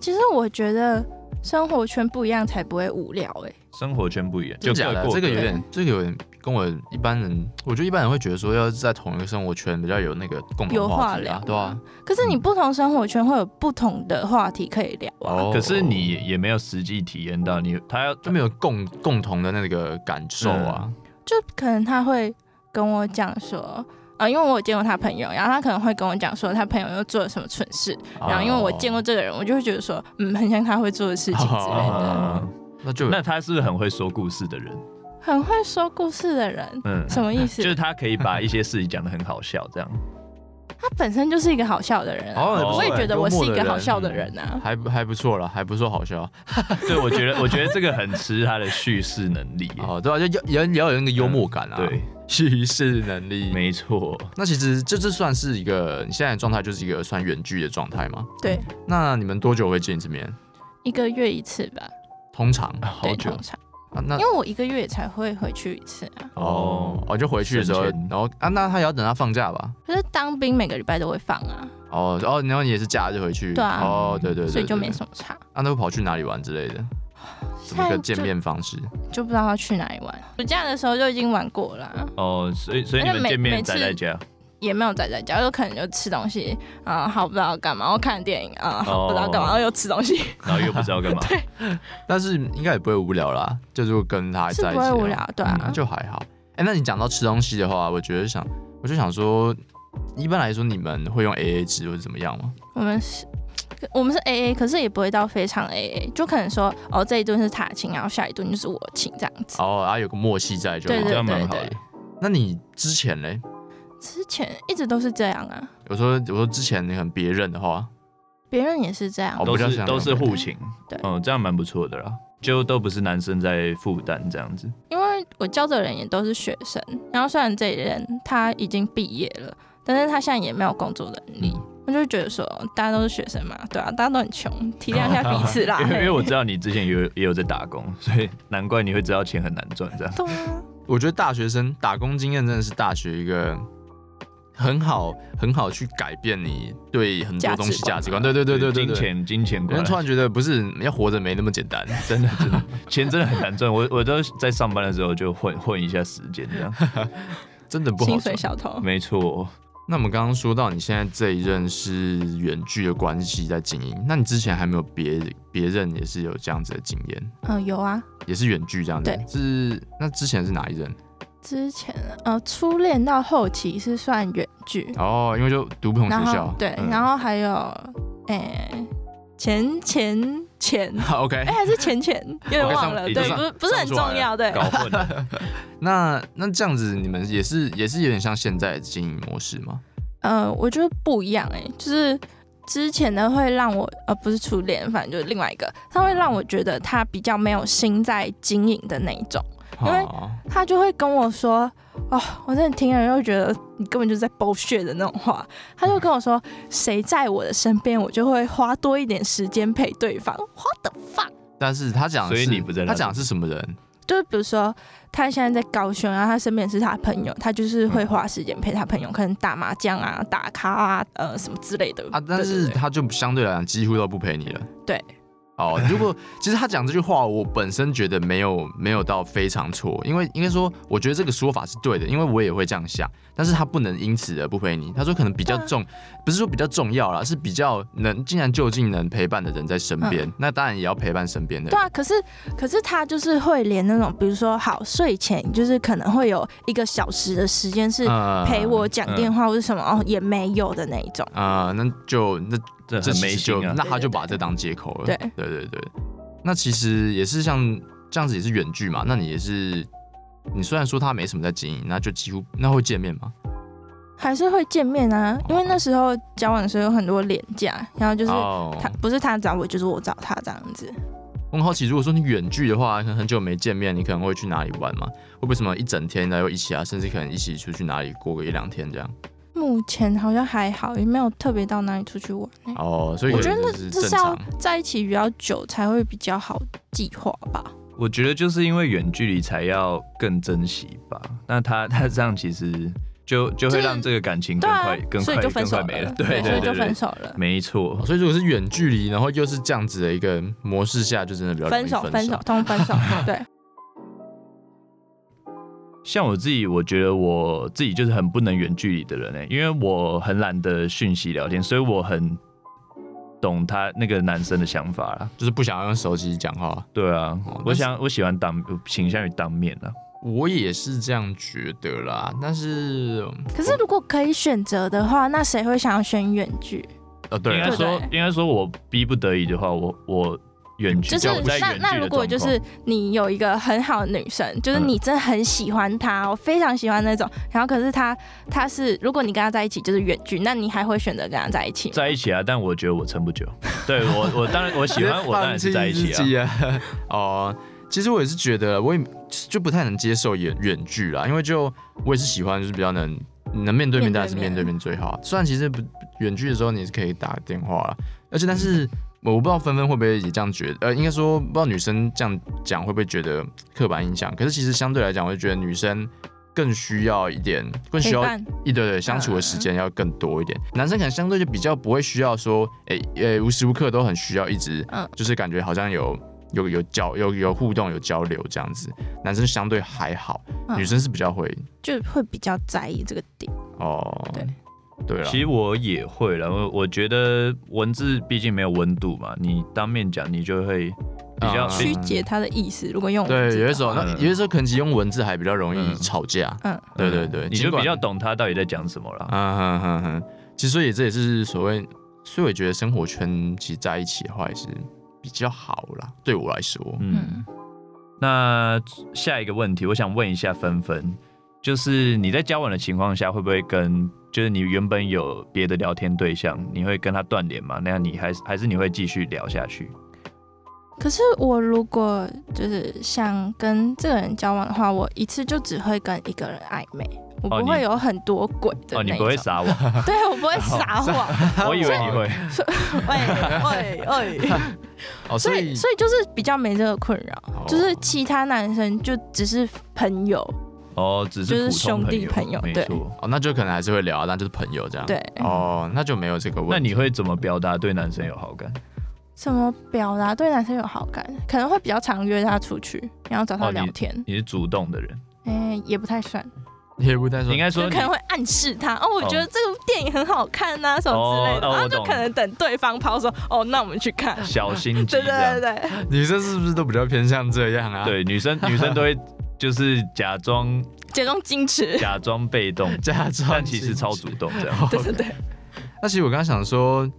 Speaker 3: 其实我觉得生活圈不一样才不会无聊哎、
Speaker 2: 生活圈不一样，就
Speaker 1: 真假
Speaker 2: 各
Speaker 1: 的
Speaker 2: 过
Speaker 1: 这个有
Speaker 2: 各的
Speaker 1: 点，这个有点跟我一般人，我觉得一般人会觉得说，要是在同一个生活圈比较有那个共同
Speaker 3: 有话
Speaker 1: 话题
Speaker 3: 聊
Speaker 1: 啊，对啊。
Speaker 3: 可是你不同生活圈会有不同的话题可以聊啊。
Speaker 1: 哦
Speaker 2: 可是你也没有实际体验到，你他要
Speaker 1: 就没有共共同的那个感受啊，
Speaker 3: 就可能他会跟我讲说，呃，因为我有见过他朋友，然后他可能会跟我讲说他朋友又做了什么蠢事，
Speaker 1: 哦
Speaker 2: 嗯
Speaker 3: 然后因为我见过这个人，我就会觉得说，嗯，很像他会做的事情之类的。
Speaker 1: 哦那就
Speaker 2: 那他是不是很会说故事的人？
Speaker 3: 很会说故事的人，
Speaker 2: 嗯，
Speaker 3: 什么意
Speaker 2: 就
Speaker 3: 思？
Speaker 2: 是他可以把一些事情讲得很好笑，这样。
Speaker 3: 他本身就是一个好笑的人啊、
Speaker 1: 哦
Speaker 2: 不错
Speaker 3: 我也觉得我是一个好笑的
Speaker 1: 幽
Speaker 3: 人
Speaker 1: 嗯
Speaker 3: 啊。
Speaker 1: 默的人还不还不错了，还不错，好笑
Speaker 2: 对，我觉得我觉得这个很吃他的叙事能力。
Speaker 1: 哦，对啊，就要也也要有那个幽默感啊，
Speaker 2: 对，，
Speaker 1: 叙事能力。
Speaker 2: 没错。
Speaker 1: 那其实这这算是一个你现在的状态，就是一个算远距的状态吗？
Speaker 3: 对，
Speaker 1: 那你们多久会见一次面？
Speaker 3: 一个月一次吧，
Speaker 1: 通常
Speaker 3: 对，
Speaker 2: 好久
Speaker 3: 通，常
Speaker 1: 啊，那
Speaker 3: 因为我一个月也才会回去一次啊。
Speaker 1: 哦，哦，就回去的时候
Speaker 2: 省钱，
Speaker 1: 然后啊，那他也要等他放假吧？
Speaker 3: 可是当兵每个礼拜都会放啊，
Speaker 1: 哦哦，然后你也是假日回去，
Speaker 3: 对啊
Speaker 1: 哦对对对，
Speaker 3: 所以就
Speaker 1: 对
Speaker 3: 没。什么差。
Speaker 1: 啊，那会跑去哪里玩之类的？怎么
Speaker 3: 现在
Speaker 1: 个
Speaker 3: 就
Speaker 1: 见面方式？
Speaker 3: 就不知道要去哪里玩。暑假的时候就已经玩过了啊，
Speaker 2: 哦，所以所以你
Speaker 3: 而且
Speaker 2: 们
Speaker 3: 每
Speaker 2: 见
Speaker 3: 每
Speaker 2: 面
Speaker 3: 次
Speaker 2: 宅在家，
Speaker 3: 也没有宅在家，就可能就吃东西啊、好不知道干嘛，然后看电影
Speaker 1: 哦
Speaker 3: 啊、好不知道干嘛，然后又吃东西，
Speaker 2: 然后又不知道干 嘛。
Speaker 1: 但是应该也不会无聊啦，就如果跟他
Speaker 3: 是
Speaker 1: 在一起
Speaker 3: 不
Speaker 1: 的话，
Speaker 3: 会无聊，对啊
Speaker 1: 嗯，就还好。哎、那你讲到吃东西的话，我觉得想，我就想说，一般来说你们会用 AA 制或者怎么样吗？
Speaker 3: 我们是。我们是 A A，可是也不会到非常 A A，就可能说哦这一顿是他请，然后下一顿就是我请这样子。
Speaker 1: 哦，啊，有个默契在就
Speaker 3: 对
Speaker 1: 好
Speaker 2: 这
Speaker 3: 对
Speaker 2: 样蛮
Speaker 3: 对
Speaker 2: 好的
Speaker 3: 对，
Speaker 1: 那你之前嘞，
Speaker 3: 之前一直都是这样啊，
Speaker 1: 我说我说之前你很别人的话，
Speaker 3: 别人也是这样啊
Speaker 1: 哦。
Speaker 2: 都
Speaker 1: 比较
Speaker 2: 是
Speaker 1: 想
Speaker 2: 都是互请，
Speaker 3: 对
Speaker 2: 嗯，这样蛮不错的啦，就都不是男生在负担这样子，
Speaker 3: 因为我教的人也都是学生，然后虽然这人他已经毕业了，但是他现在也没有工作能力，
Speaker 1: 嗯
Speaker 3: 我就觉得说大家都是学生嘛，对啊，大家都很穷，体谅一下彼 此啦。
Speaker 2: 因为因为我知
Speaker 3: 道，
Speaker 2: 道你之前也有也有在打工， 所以难怪你会知道钱很难赚这样。
Speaker 3: 对 啊，
Speaker 1: 我觉得大学生打工经验真的是大学一个很好很好去改变你对很多东西价
Speaker 3: 价
Speaker 1: 值
Speaker 3: 值
Speaker 1: 观，
Speaker 3: 观
Speaker 1: 对对对对对对。
Speaker 2: 金钱金钱
Speaker 1: 可
Speaker 2: 观
Speaker 1: 能，突然觉得不是要活着没那么简单，
Speaker 2: 真的真的钱真的很难赚，我我都在上班的时候就混混一下时间这样，
Speaker 1: 真的不好
Speaker 3: 薪
Speaker 1: 赚
Speaker 3: 水。小偷。
Speaker 2: 没错。
Speaker 1: 那我们刚刚说到你现在这一任是远距的关系在经营，那你之前还没有别别任也是有这样子的经验，
Speaker 3: 嗯，有啊，
Speaker 1: 也是远距这样子。
Speaker 3: 对
Speaker 1: 是那之前是哪一任？
Speaker 3: 之前呃初恋到后期是算远距，
Speaker 1: 哦，因为就读不同
Speaker 3: 然
Speaker 1: 学校
Speaker 3: 后。对，
Speaker 1: 嗯
Speaker 3: 然后还有诶、前前前。
Speaker 1: 好 OK
Speaker 3: 哎、。还是前前，有点
Speaker 1: OK，
Speaker 3: 忘
Speaker 1: 哦上
Speaker 3: 了，
Speaker 2: 已经
Speaker 3: 对，
Speaker 2: 上
Speaker 3: 不是不是
Speaker 1: 上
Speaker 3: 很
Speaker 1: 出
Speaker 3: 重
Speaker 1: 来了
Speaker 3: 要，对，
Speaker 2: 搞混了，
Speaker 1: 那那这样子你们也是也是有点像现在的经营模式吗？
Speaker 3: 呃，我觉得不一样哎、就是之前的会让我呃不是初恋，反正就是另外一个，他会让我觉得他比较没有心在经营的那一种，因为
Speaker 1: 哦
Speaker 3: 他就会跟我说。哦，我真的听了又觉得你根本就是在剥削的那种话。他就跟我说，谁在我的身边，我就会花多一点时间陪对方。What the fuck？
Speaker 1: 但是他讲的是，
Speaker 2: 所以你不在那
Speaker 1: 他讲的是什么人？
Speaker 3: 就是比如说，他现在在高雄，啊然后他身边是他朋友，他就是
Speaker 1: 嗯
Speaker 3: 会花时间陪他朋友，可能打麻将啊、打咖啊、呃什么之类的
Speaker 1: 啊，但
Speaker 3: 对对
Speaker 1: 是
Speaker 3: 对
Speaker 1: 他就相对来讲几乎都不陪你了。
Speaker 3: 对。
Speaker 1: 哦，如果其实他讲这句话，我本身觉得没有没有到非常错，因为应该说，我觉得这个说法是对的，因为我也会这样想。但是他不能因此而不陪你，他说可能比较
Speaker 3: 对啊
Speaker 1: 重，不是说比较重要啦，是比较能竟然就近能陪伴的人在身边，
Speaker 3: 嗯
Speaker 1: 那当然也要陪伴身边的人
Speaker 3: 对。啊，可是可是他就是会连那种，比如说好睡前，就是可能会有一个小时的时间是
Speaker 1: 呃
Speaker 3: 陪我讲电话或者什么、哦，也没有的那一种。
Speaker 1: 啊、那就那
Speaker 2: 这
Speaker 1: 这
Speaker 2: 很
Speaker 1: 其
Speaker 2: 没
Speaker 1: 实
Speaker 2: 心
Speaker 1: 就
Speaker 2: 啊。
Speaker 1: 那他就把
Speaker 3: 对对
Speaker 1: 这当借口了。
Speaker 3: 对
Speaker 1: 对对对，那其实也是像这样子也是远距嘛，那你也是，你虽然说他没什么在经营，那就几乎那会见面吗？
Speaker 3: 还是会见面啊，因为那时候交往的时候有很多廉价，然后就是
Speaker 1: 哦
Speaker 3: 他、不是他找我，就是我找他这样子。
Speaker 1: 我很好奇，如果说你远距的话，可能很久没见面，你可能会去哪里玩吗？会不会什么一整天然后一起啊，甚至可能一起出去哪里过个一两天这样？
Speaker 3: 目前好像还好，也没有特别到哪里出去玩、欸。
Speaker 1: 哦，所以
Speaker 3: 我觉
Speaker 1: 可能就是
Speaker 3: 这
Speaker 1: 正
Speaker 3: 是要
Speaker 1: 常。
Speaker 3: 在一起比较久才会比较好计划吧？
Speaker 2: 我觉得就是因为远距离才要更珍惜吧。那他他这样其实就就会
Speaker 3: 就是
Speaker 2: 让这个感情
Speaker 3: 对
Speaker 2: 更
Speaker 3: 啊
Speaker 2: 快、更，
Speaker 3: 所
Speaker 2: 快
Speaker 3: 以就
Speaker 2: 更
Speaker 3: 分手
Speaker 2: 快
Speaker 3: 了，
Speaker 2: 没了。
Speaker 3: 对，
Speaker 2: 对
Speaker 3: 所
Speaker 2: 对
Speaker 3: 以就
Speaker 2: 对
Speaker 3: 分
Speaker 2: 对，
Speaker 3: 手了。
Speaker 2: 没错
Speaker 1: 哦。所以如果是远距离，然后又是这样子的一个模式下，就真的比较容易
Speaker 3: 分手，分
Speaker 1: 手
Speaker 3: 手，通分手，对，
Speaker 2: 像我自己，我觉得我自己就是很不能远距离的人呢、欸因为我很懒得讯息聊天，所以我很懂他那个男生的想法啦。
Speaker 1: 就是不想要用手机讲话。
Speaker 2: 对啊
Speaker 1: 哦，
Speaker 2: 我想我喜欢当倾向于当面啊。
Speaker 1: 我也是这样觉得啦，但是
Speaker 3: 可是如果可以选择的话，那谁会想要选远距？
Speaker 1: 呃，对
Speaker 2: 应
Speaker 1: 啊
Speaker 2: 该
Speaker 3: 对
Speaker 2: 说应该说我逼不得已的话，我我远距
Speaker 3: 就是
Speaker 2: 我在
Speaker 3: 那
Speaker 2: 远距
Speaker 3: 那
Speaker 2: 的
Speaker 3: 如果
Speaker 2: 状况
Speaker 3: 就是你有一个很好的女生，就是
Speaker 2: 嗯
Speaker 3: 你真的很喜欢她，我非常喜欢那种，然后可是她她是如果你跟她在一起就是远距，那你还会选择跟她在一起吗？
Speaker 2: 在一起啊，但我觉得我 撑不久。对我我当然我喜欢我当然是在一起
Speaker 1: 放弃
Speaker 2: 啊。
Speaker 1: 自己啊。哦，其实我也是觉得，我也就不太能接受远远距啦，因为就我也是喜欢就是比较能能面对面，啊
Speaker 3: 面对面
Speaker 1: 当然是面对面最好。虽然其实不远距的时候你也是可以打电话啦，而且但是我不知道纷纷会不会也这样觉得，呃，应该说不知道女生这样讲会不会觉得刻板印象。可是其实相对来讲，我就觉得女生更需要一点，更需
Speaker 3: 陪
Speaker 1: 要
Speaker 3: 伴，
Speaker 1: 一对对相处的时
Speaker 3: 嗯
Speaker 1: 间要更多一点。男生可能相对就比较不会需要说，诶、诶、无时无刻都很需要一直，
Speaker 3: 嗯
Speaker 1: 就是感觉好像有有有交有有互动有交流这样子。男生相对还好，
Speaker 3: 嗯
Speaker 1: 女生是比较会
Speaker 3: 就会比较在意这个点。
Speaker 1: 哦，
Speaker 3: 对
Speaker 1: 对了，
Speaker 2: 啊其实我也会了，我我觉得文字毕竟没有温度嘛，你当面讲你就会比较
Speaker 1: 嗯
Speaker 3: 曲解他的意思，如果用文字
Speaker 1: 对，
Speaker 3: 的
Speaker 1: 有的时候，
Speaker 3: 话
Speaker 1: 那有的时候可能只用文字还比较容易
Speaker 2: 嗯
Speaker 1: 吵架。
Speaker 3: 嗯，
Speaker 1: 对对对，
Speaker 2: 你
Speaker 1: 尽
Speaker 2: 就
Speaker 1: 管
Speaker 2: 比较懂他到底在讲什么了。
Speaker 1: 啊哼哼哼，其实所以这也是所谓，所以我觉得生活圈其实在一起的话也是比较好啦，对我来说，
Speaker 2: 嗯
Speaker 3: 嗯，
Speaker 2: 那下一个问题，我想问一下芬芬，就是你在交往的情况下，会不会跟就是你原本有别的聊天对象，你会跟他断联吗？那样你还是还是你会继续聊下去？
Speaker 3: 可是我如果就是想跟这个人交往的话，我一次就只会跟一个人暧昧，我
Speaker 2: 哦
Speaker 3: 不
Speaker 2: 你
Speaker 3: 会有很多鬼的
Speaker 2: 哦，你
Speaker 3: 那一
Speaker 2: 不
Speaker 3: 种。
Speaker 2: 会撒网，
Speaker 3: 对我不会撒谎。
Speaker 2: 我以为你会。
Speaker 3: 喂喂喂！
Speaker 1: 哦，
Speaker 3: 所
Speaker 1: 所
Speaker 3: 以
Speaker 1: 以
Speaker 3: 所以就是比较没这个困扰，
Speaker 1: 哦
Speaker 3: 就是其他男生就只是朋友，
Speaker 2: 哦，只是
Speaker 3: 就是
Speaker 2: 普通
Speaker 3: 兄弟朋友
Speaker 2: 没
Speaker 3: 对
Speaker 2: 错。
Speaker 1: 哦，那就可能还是会聊啊，但就是朋友这样，
Speaker 3: 对，
Speaker 1: 哦，那就没有这个问题。
Speaker 2: 那你会怎么表达对男生有好感？
Speaker 3: 什么表达对男生有好感，可能会比较常约他出去，然后找
Speaker 2: 哦
Speaker 3: 他
Speaker 2: 你
Speaker 3: 聊天，
Speaker 2: 你是主动的人，
Speaker 3: 哎、也不太算，
Speaker 1: 也不太说，
Speaker 2: 应该
Speaker 3: 就
Speaker 2: 说
Speaker 3: 可
Speaker 2: 你
Speaker 3: 能会暗示他哦，我
Speaker 2: 哦
Speaker 3: 觉得这部电影很好看呐、什么之类的，
Speaker 2: 哦哦
Speaker 3: 然
Speaker 2: 我
Speaker 3: 后
Speaker 2: 懂
Speaker 3: 就可能等对方抛说哦，那我们去看，
Speaker 2: 小心机
Speaker 3: 对
Speaker 2: 这
Speaker 3: 对对
Speaker 2: 样。
Speaker 3: 对，
Speaker 1: 女生是不是都比较偏向这样啊？，
Speaker 2: 对，女生女生都会就是假装
Speaker 3: 解中矜持，
Speaker 2: 假装被动，
Speaker 1: 假装
Speaker 2: 但其实超主动这样。
Speaker 3: 对对对，
Speaker 1: 哦 那其实我刚刚想说，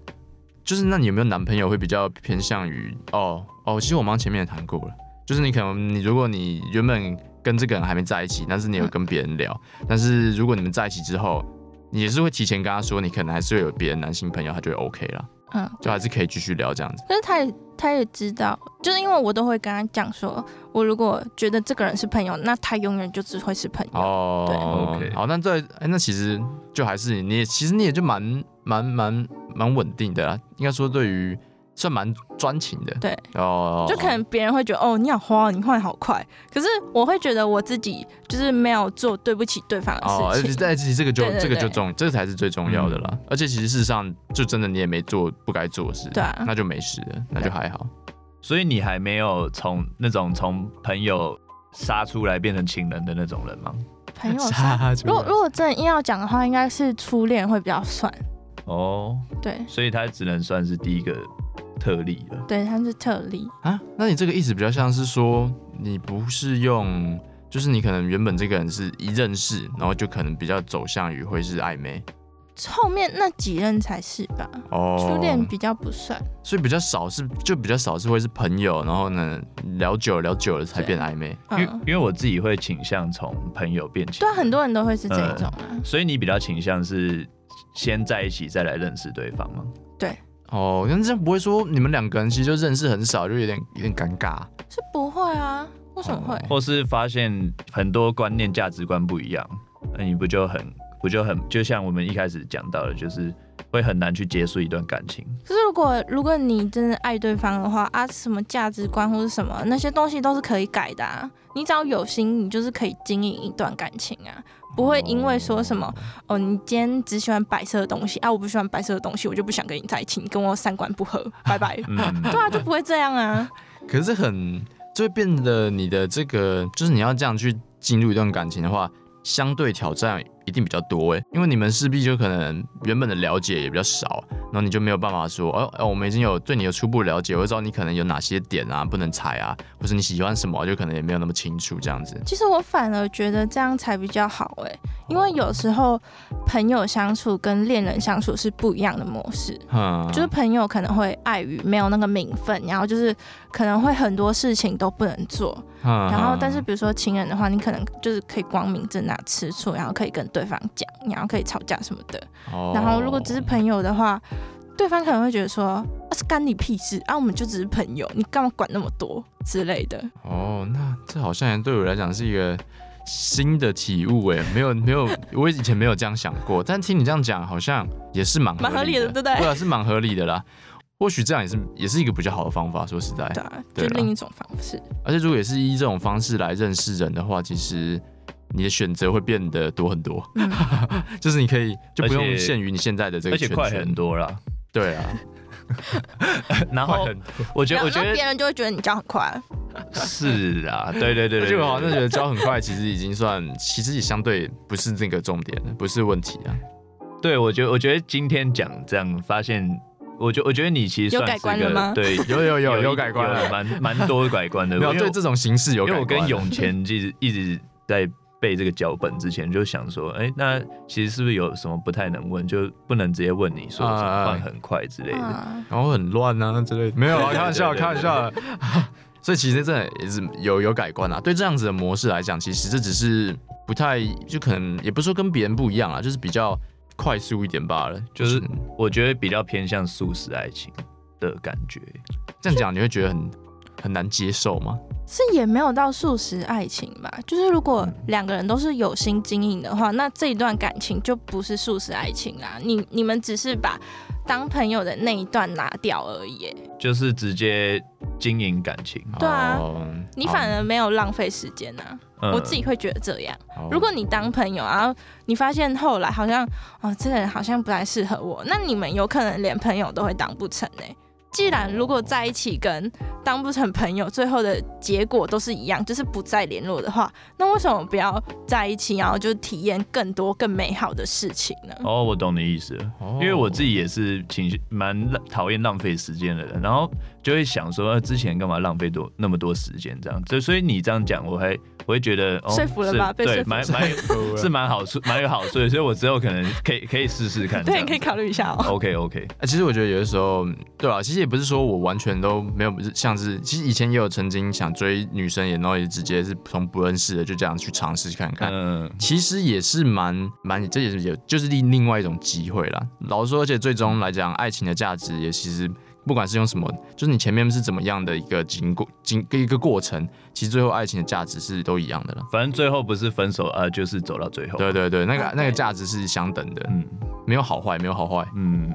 Speaker 1: 就是那你有没有男朋友会比较偏向于哦哦？其实我们刚前面也谈过了，就是你可能你如果你原本跟这个人还没在一起，但是你
Speaker 3: 嗯
Speaker 1: 有跟别人聊，但是如果你们在一起之后，你也是会提前跟他说，你可能还是会有别的男性朋友，他就会 OK 啦，
Speaker 3: 嗯，
Speaker 1: 就还是可以继续聊这样子。
Speaker 3: 但是他也他也知道，就是因为我都会跟他讲说，我如果觉得这个人是朋友，那他永远就只会是朋友。
Speaker 1: 哦
Speaker 2: 对 OK
Speaker 1: 好，那这哎，那其实就还是你也，其实你也就蛮蛮蛮蛮稳定的啦，应该说对于算蛮专情的，
Speaker 3: 对
Speaker 1: 哦，
Speaker 3: 就可能别人会觉得哦，你好花，你换好快。可是我会觉得我自己就是没有做对不起对方的
Speaker 1: 哦，而
Speaker 3: 事
Speaker 1: 且
Speaker 3: 情。
Speaker 1: 在一起这个就
Speaker 3: 对对
Speaker 1: 这个就
Speaker 3: 对
Speaker 1: 重，这个才是最重要的
Speaker 3: 嗯
Speaker 1: 啦。而且其实事实上，就真的你也没做不该做的事，
Speaker 3: 对啊
Speaker 1: 那就没事了，那就还好。
Speaker 2: 所以你还没有从那种从朋友杀出来变成情人的那种人吗？
Speaker 3: 朋友 杀，如果如果真的硬要讲的话，应该是初恋会比较算。
Speaker 2: 哦，
Speaker 3: 对
Speaker 2: 所以他只能算是第一个特例了。
Speaker 3: 对，他是特例。
Speaker 1: 啊，那你这个意思比较像是说，你不是用，就是你可能原本这个人是一认识，然后就可能比较走向于会是暧昧
Speaker 3: 后面那几任才是吧，
Speaker 1: 哦，
Speaker 3: 初恋比较不算。
Speaker 1: 所以比较少是就比较少是会是朋友，然后呢聊久了聊久了才
Speaker 3: 对
Speaker 1: 变暧昧。
Speaker 2: 因为
Speaker 3: 嗯，
Speaker 2: 因为我自己会倾向从朋友变情
Speaker 3: 对啊，
Speaker 2: 人，
Speaker 3: 很多人都会是这
Speaker 1: 嗯
Speaker 3: 一种啊。
Speaker 2: 所以你比较倾向是先在一起再来认识对方吗？
Speaker 1: 哦，那这样不会说你们两个人其实就认识很少，就有点有点尴尬。
Speaker 3: 是不会啊？为什么会？
Speaker 2: 或是发现很多观念价值观不一样，那你不就很不就很就像我们一开始讲到的，就是会很难去结束一段感情。
Speaker 3: 可是如果如果你真的爱对方的话啊，什么价值观或是什么那些东西都是可以改的啊。你只要有心，你就是可以经营一段感情啊，不会因为说什么哦你今天只喜欢白色的东西啊，我不喜欢白色的东西，我就不想跟你在一起，你跟我三观不合，拜拜。
Speaker 2: 嗯，
Speaker 3: 对啊，就不会这样啊。
Speaker 1: 可是很就会变得你的这个，就是你要这样去进入一段感情的话，相对挑战一定比较多诶，因为你们势必就可能原本的了解也比较少，然后你就没有办法说，哦，哦我们已经有对你有初步了解，我知道你可能有哪些点啊不能踩啊，或是你喜欢什么，就可能也没有那么清楚这样子。
Speaker 3: 其实我反而觉得这样才比较好哎、因为有时候朋友相处跟恋人相处是不一样的模式。
Speaker 1: 嗯，
Speaker 3: 就是朋友可能会碍于没有那个名分，然后就是可能会很多事情都不能做。
Speaker 1: 嗯，
Speaker 3: 然后，但
Speaker 1: 嗯
Speaker 3: 是比如说情人的话，你可能就是可以光明正大吃醋，然后可以跟对方讲，然后可以吵架什么的。
Speaker 1: 哦
Speaker 3: 然后如果只是朋友的话，对方可能会觉得说啊是干你屁事啊，我们就只是朋友，你干嘛管那么多之类的。
Speaker 1: 哦，那这好像也对我来讲是一个新的体悟诶，没 有没有，我以前没有这样想过，但听你这样讲，好像也是蛮
Speaker 3: 蛮合理的对不对
Speaker 1: 对啊，是蛮合理的啦。或许这样也是也是一个比较好的方法。说实在，
Speaker 3: 对啊，就
Speaker 1: 哎对啦
Speaker 3: 另一种方式。
Speaker 1: 而且如果也是以这种方式来认识人的话，其实你的选择会变得多很 多，
Speaker 3: 嗯
Speaker 1: 就是你可以就不
Speaker 2: 而且
Speaker 1: 用限于你现在的这
Speaker 2: 而
Speaker 1: 个
Speaker 2: 且
Speaker 1: 圈
Speaker 2: 快很
Speaker 1: 圈。
Speaker 2: 多啦。
Speaker 1: 对啊，
Speaker 2: 然后
Speaker 1: 快很
Speaker 2: 我觉
Speaker 3: 然
Speaker 2: 得，
Speaker 3: 后
Speaker 2: 我觉
Speaker 3: 别
Speaker 2: 得人
Speaker 3: 人就会觉得你教很快，啊
Speaker 2: 是 啊，对对对对
Speaker 1: 而
Speaker 2: 对
Speaker 1: 且
Speaker 2: 对
Speaker 1: 我好像觉得教很快，其实已经算，其实也相对不是这个重点了，不是问题啊。
Speaker 2: 对，我觉得我觉得今天讲这样，发现我觉我觉得你其实
Speaker 3: 有
Speaker 2: 算
Speaker 3: 改
Speaker 2: 是
Speaker 3: 观
Speaker 2: 个
Speaker 3: 了吗
Speaker 2: 对，
Speaker 1: 有有有
Speaker 2: 一
Speaker 1: 有改观了
Speaker 2: 蛮蛮多改观的。
Speaker 1: 没有
Speaker 2: 因为
Speaker 1: 对这种形式有啊
Speaker 2: 因
Speaker 1: 改
Speaker 2: 为
Speaker 1: 观
Speaker 2: 我
Speaker 1: 了，
Speaker 2: 跟永前一直一直在背这个脚本之前，就想说，哎、那其实是不是有什么不太能问，就不能直接问你说
Speaker 1: 啊
Speaker 2: 怎
Speaker 1: 啊
Speaker 2: 么换很快之类的。
Speaker 3: 嗯，
Speaker 1: 然后很乱啊之类的，没有啊，
Speaker 2: 对对对
Speaker 1: 开玩笑，
Speaker 2: 对对
Speaker 1: 开玩笑的。 所以其实真的也是有有改观啦。对这样子的模式来讲，其实这只是不太，就可能也不是说跟别人不一样啊，就是比较快速一点罢了。
Speaker 2: 就是我觉得比较偏向素食爱情的感觉，
Speaker 1: 这样讲，你会觉得很很难接受吗？
Speaker 3: 是也没有到素食爱情吧？就是如果两个人都是有心经营的话，那这一段感情就不是素食爱情啦。你你们只是把当朋友的那一段拿掉而已耶，
Speaker 2: 就是直接经营感情。
Speaker 3: 对啊
Speaker 1: 哦
Speaker 3: 你反而没有浪费时间啊。
Speaker 2: 嗯
Speaker 3: 我自己会觉得这样。
Speaker 1: 好
Speaker 3: 如果你当朋友，然后你发现后来好像哦，这个人好像不太适合我，那你们有可能连朋友都会当不成呢、既然如果在一起跟当不成朋友，最后的结果都是一样，就是不再联络的话，那为什么不要在一起，然后就体验更多更美好的事情呢？
Speaker 2: 哦，我懂你意思了。
Speaker 1: 哦
Speaker 2: 因为我自己也是情绪蛮浪讨厌浪费时间的人，然后就会想说，呃，之前干嘛浪费多那么多时间这样？就所以你这样讲，我还我会觉得、哦、
Speaker 3: 说服了
Speaker 2: 是
Speaker 3: 吧被
Speaker 2: 对，
Speaker 3: 说服
Speaker 2: 蛮蛮有 是蛮好处，蛮有好处的，所以我之后可能可以可以试试看。
Speaker 3: 对，你可以。考虑一下哦。
Speaker 2: OK OK，
Speaker 1: 啊，其实我觉得有的时候，对啊，其实也不是说我完全都没有，像是其实以前也有曾经想追女生，也然后也直接是从不认识的就这样去尝试看看。
Speaker 2: 嗯，
Speaker 1: 其实也是蛮蛮，这也是有就是另另外一种机会啦。老实说，而且最终来讲，爱情的价值也其实不管是用什么，就是你前面是怎么样的一个经过经一个过程，其实最后爱情的价值是都一样的啦。
Speaker 2: 反正最后不是分手，呃，就是走到最后。
Speaker 1: 对对对，那个
Speaker 3: 啊对
Speaker 1: 那个价值是相等的，
Speaker 2: 嗯
Speaker 1: 没有好坏，没有好坏。
Speaker 2: 嗯，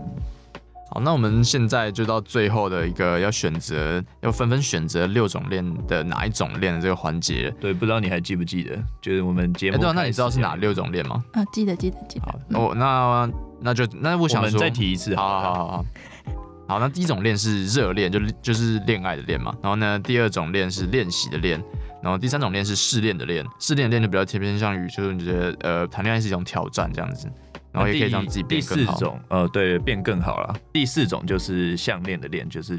Speaker 1: 好，那我们现在就到最后的一个要选择，要纷纷选择六种恋的哪一种恋的这个环节了。
Speaker 2: 对，不知道你还记不记得，就是我们节
Speaker 1: 哎、
Speaker 2: 目、
Speaker 1: 对啊，那你知道是哪？六种恋吗？
Speaker 3: 啊，记得记得记得
Speaker 1: 好，那我那那就那我
Speaker 2: 嗯我
Speaker 1: 想
Speaker 2: 们
Speaker 1: 说，
Speaker 2: 再提一次
Speaker 1: 好
Speaker 2: 好了，
Speaker 1: 好好好。好，那第一种恋是热恋，就就是恋爱的恋嘛。然后呢，第二种恋是练习的练，然后第三种恋是试炼的恋。试炼的恋就比较贴偏向于，就是你觉得呃谈恋爱是一种挑战这样子，然后也可以让自己
Speaker 2: 第
Speaker 1: 变
Speaker 2: 四
Speaker 1: 更好。
Speaker 2: 种，呃，对，变更好了。第四种就是项链的链，就是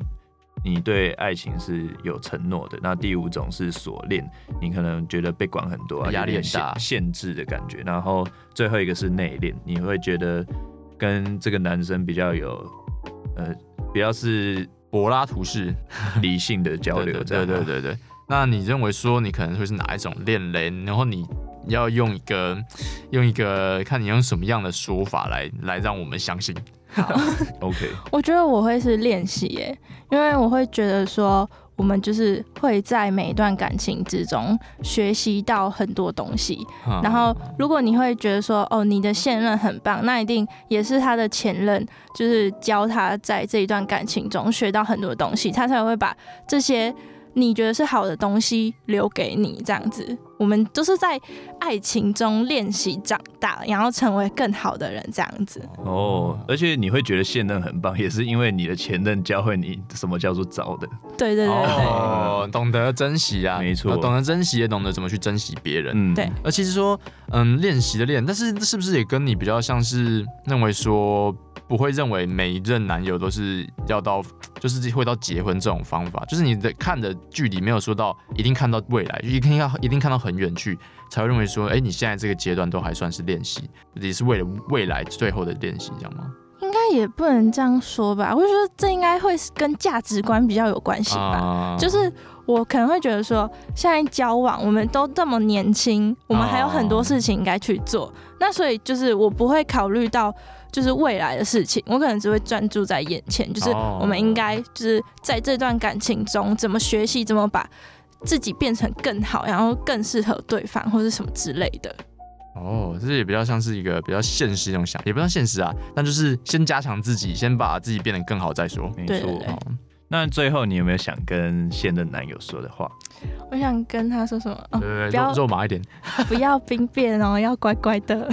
Speaker 2: 你对爱情是有承诺的。那第五种是锁链，你可能觉得被管很多啊，
Speaker 1: 压力
Speaker 2: 有点
Speaker 1: 很大
Speaker 2: 限限制的感觉。然后最后一个是内链，你会觉得跟这个男生比较有，呃，比较是
Speaker 1: 柏拉图式
Speaker 2: 理性的交流，这
Speaker 1: 对对
Speaker 2: 样啊
Speaker 1: 对对对。那你认为说你可能会是哪一种恋人？然后你要用一个用一个看你用什么样的说法来来让我们相信。
Speaker 2: ，OK，
Speaker 1: 哦
Speaker 3: 我觉得我会是练习耶，因为我会觉得说，我们就是会在每一段感情之中学习到很多东西。
Speaker 1: 嗯
Speaker 3: 然后，如果你会觉得说，哦，你的现任很棒，那一定也是他的前任，就是教他在这一段感情中学到很多东西，他才会把这些你觉得是好的东西留给你。这样子，我们都是在爱情中练习长大，然后成为更好的人。这样子，
Speaker 2: 哦，而且你会觉得现任很棒，也是因为你的前任教会你什么叫做糟的。
Speaker 3: 对对对对对。
Speaker 1: 哦，懂得珍惜啊，
Speaker 2: 没错
Speaker 1: 懂得珍惜也懂得怎么去珍惜别人。
Speaker 2: 嗯，
Speaker 3: 对
Speaker 1: 呃而其实说，嗯，练习的练，但是是不是也跟你比较像是认为说，不会认为每一任男友都是要到，就是会到结婚这种方法，就是你的看的距离没有说到一定看到未来，一定要一定看到很远去，才会认为说，哎、你现在这个阶段都还算是练习，也是为了未来最后的练习，这样吗？
Speaker 3: 应该也不能这样说吧，我就觉得这应该会是跟价值观比较有关系
Speaker 1: 哦
Speaker 3: 吧。
Speaker 1: 啊嗯
Speaker 3: 就是我可能会觉得说，现在交往我们都这么年轻，我们还有很多事情应该去
Speaker 1: 哦
Speaker 3: 做。那所以就是我不会考虑到就是未来的事情，我可能只会专注在眼前，就是
Speaker 1: 哦
Speaker 3: 我们应该就是在这段感情中怎么学习，怎么把自己变成更好，然后更适合对方或是什么之类的。
Speaker 1: 哦，这也比较像是一个比较现实一种想，也不算现实啊，但就是先加强自己，先把自己变得更好再说。
Speaker 2: 没
Speaker 3: 对
Speaker 2: 错
Speaker 3: 对对。
Speaker 2: 那最后你有没有想跟现任男友说的话？
Speaker 3: 我想跟他说什么？哦，
Speaker 1: 对对
Speaker 3: 不
Speaker 1: 对，肉
Speaker 3: 要
Speaker 1: 肉麻一 点，
Speaker 3: 不要兵变哦，要乖乖的。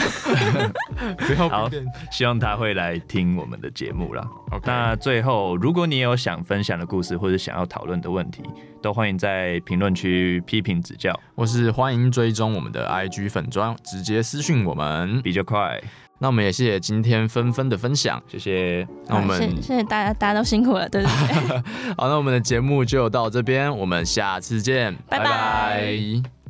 Speaker 1: 不要
Speaker 2: 好
Speaker 1: 变。
Speaker 2: 希望他会来听我们的节目啦。
Speaker 1: OK，
Speaker 2: 那最后，如果你有想分享的故事或者想要讨论的问题，都欢迎在评论区批评指教，
Speaker 1: 或是欢迎追踪我们的 IG 粉砖，直接私讯我们。
Speaker 2: 比较快。
Speaker 1: 那我们也谢谢今天纷纷的分享，
Speaker 2: 谢谢，
Speaker 1: 那我
Speaker 3: 好 谢
Speaker 1: 们
Speaker 3: 谢谢大家，大家都辛苦了，对不对？
Speaker 1: 好，那我们的节目就到这边，我们下次见，
Speaker 3: 拜拜
Speaker 1: 拜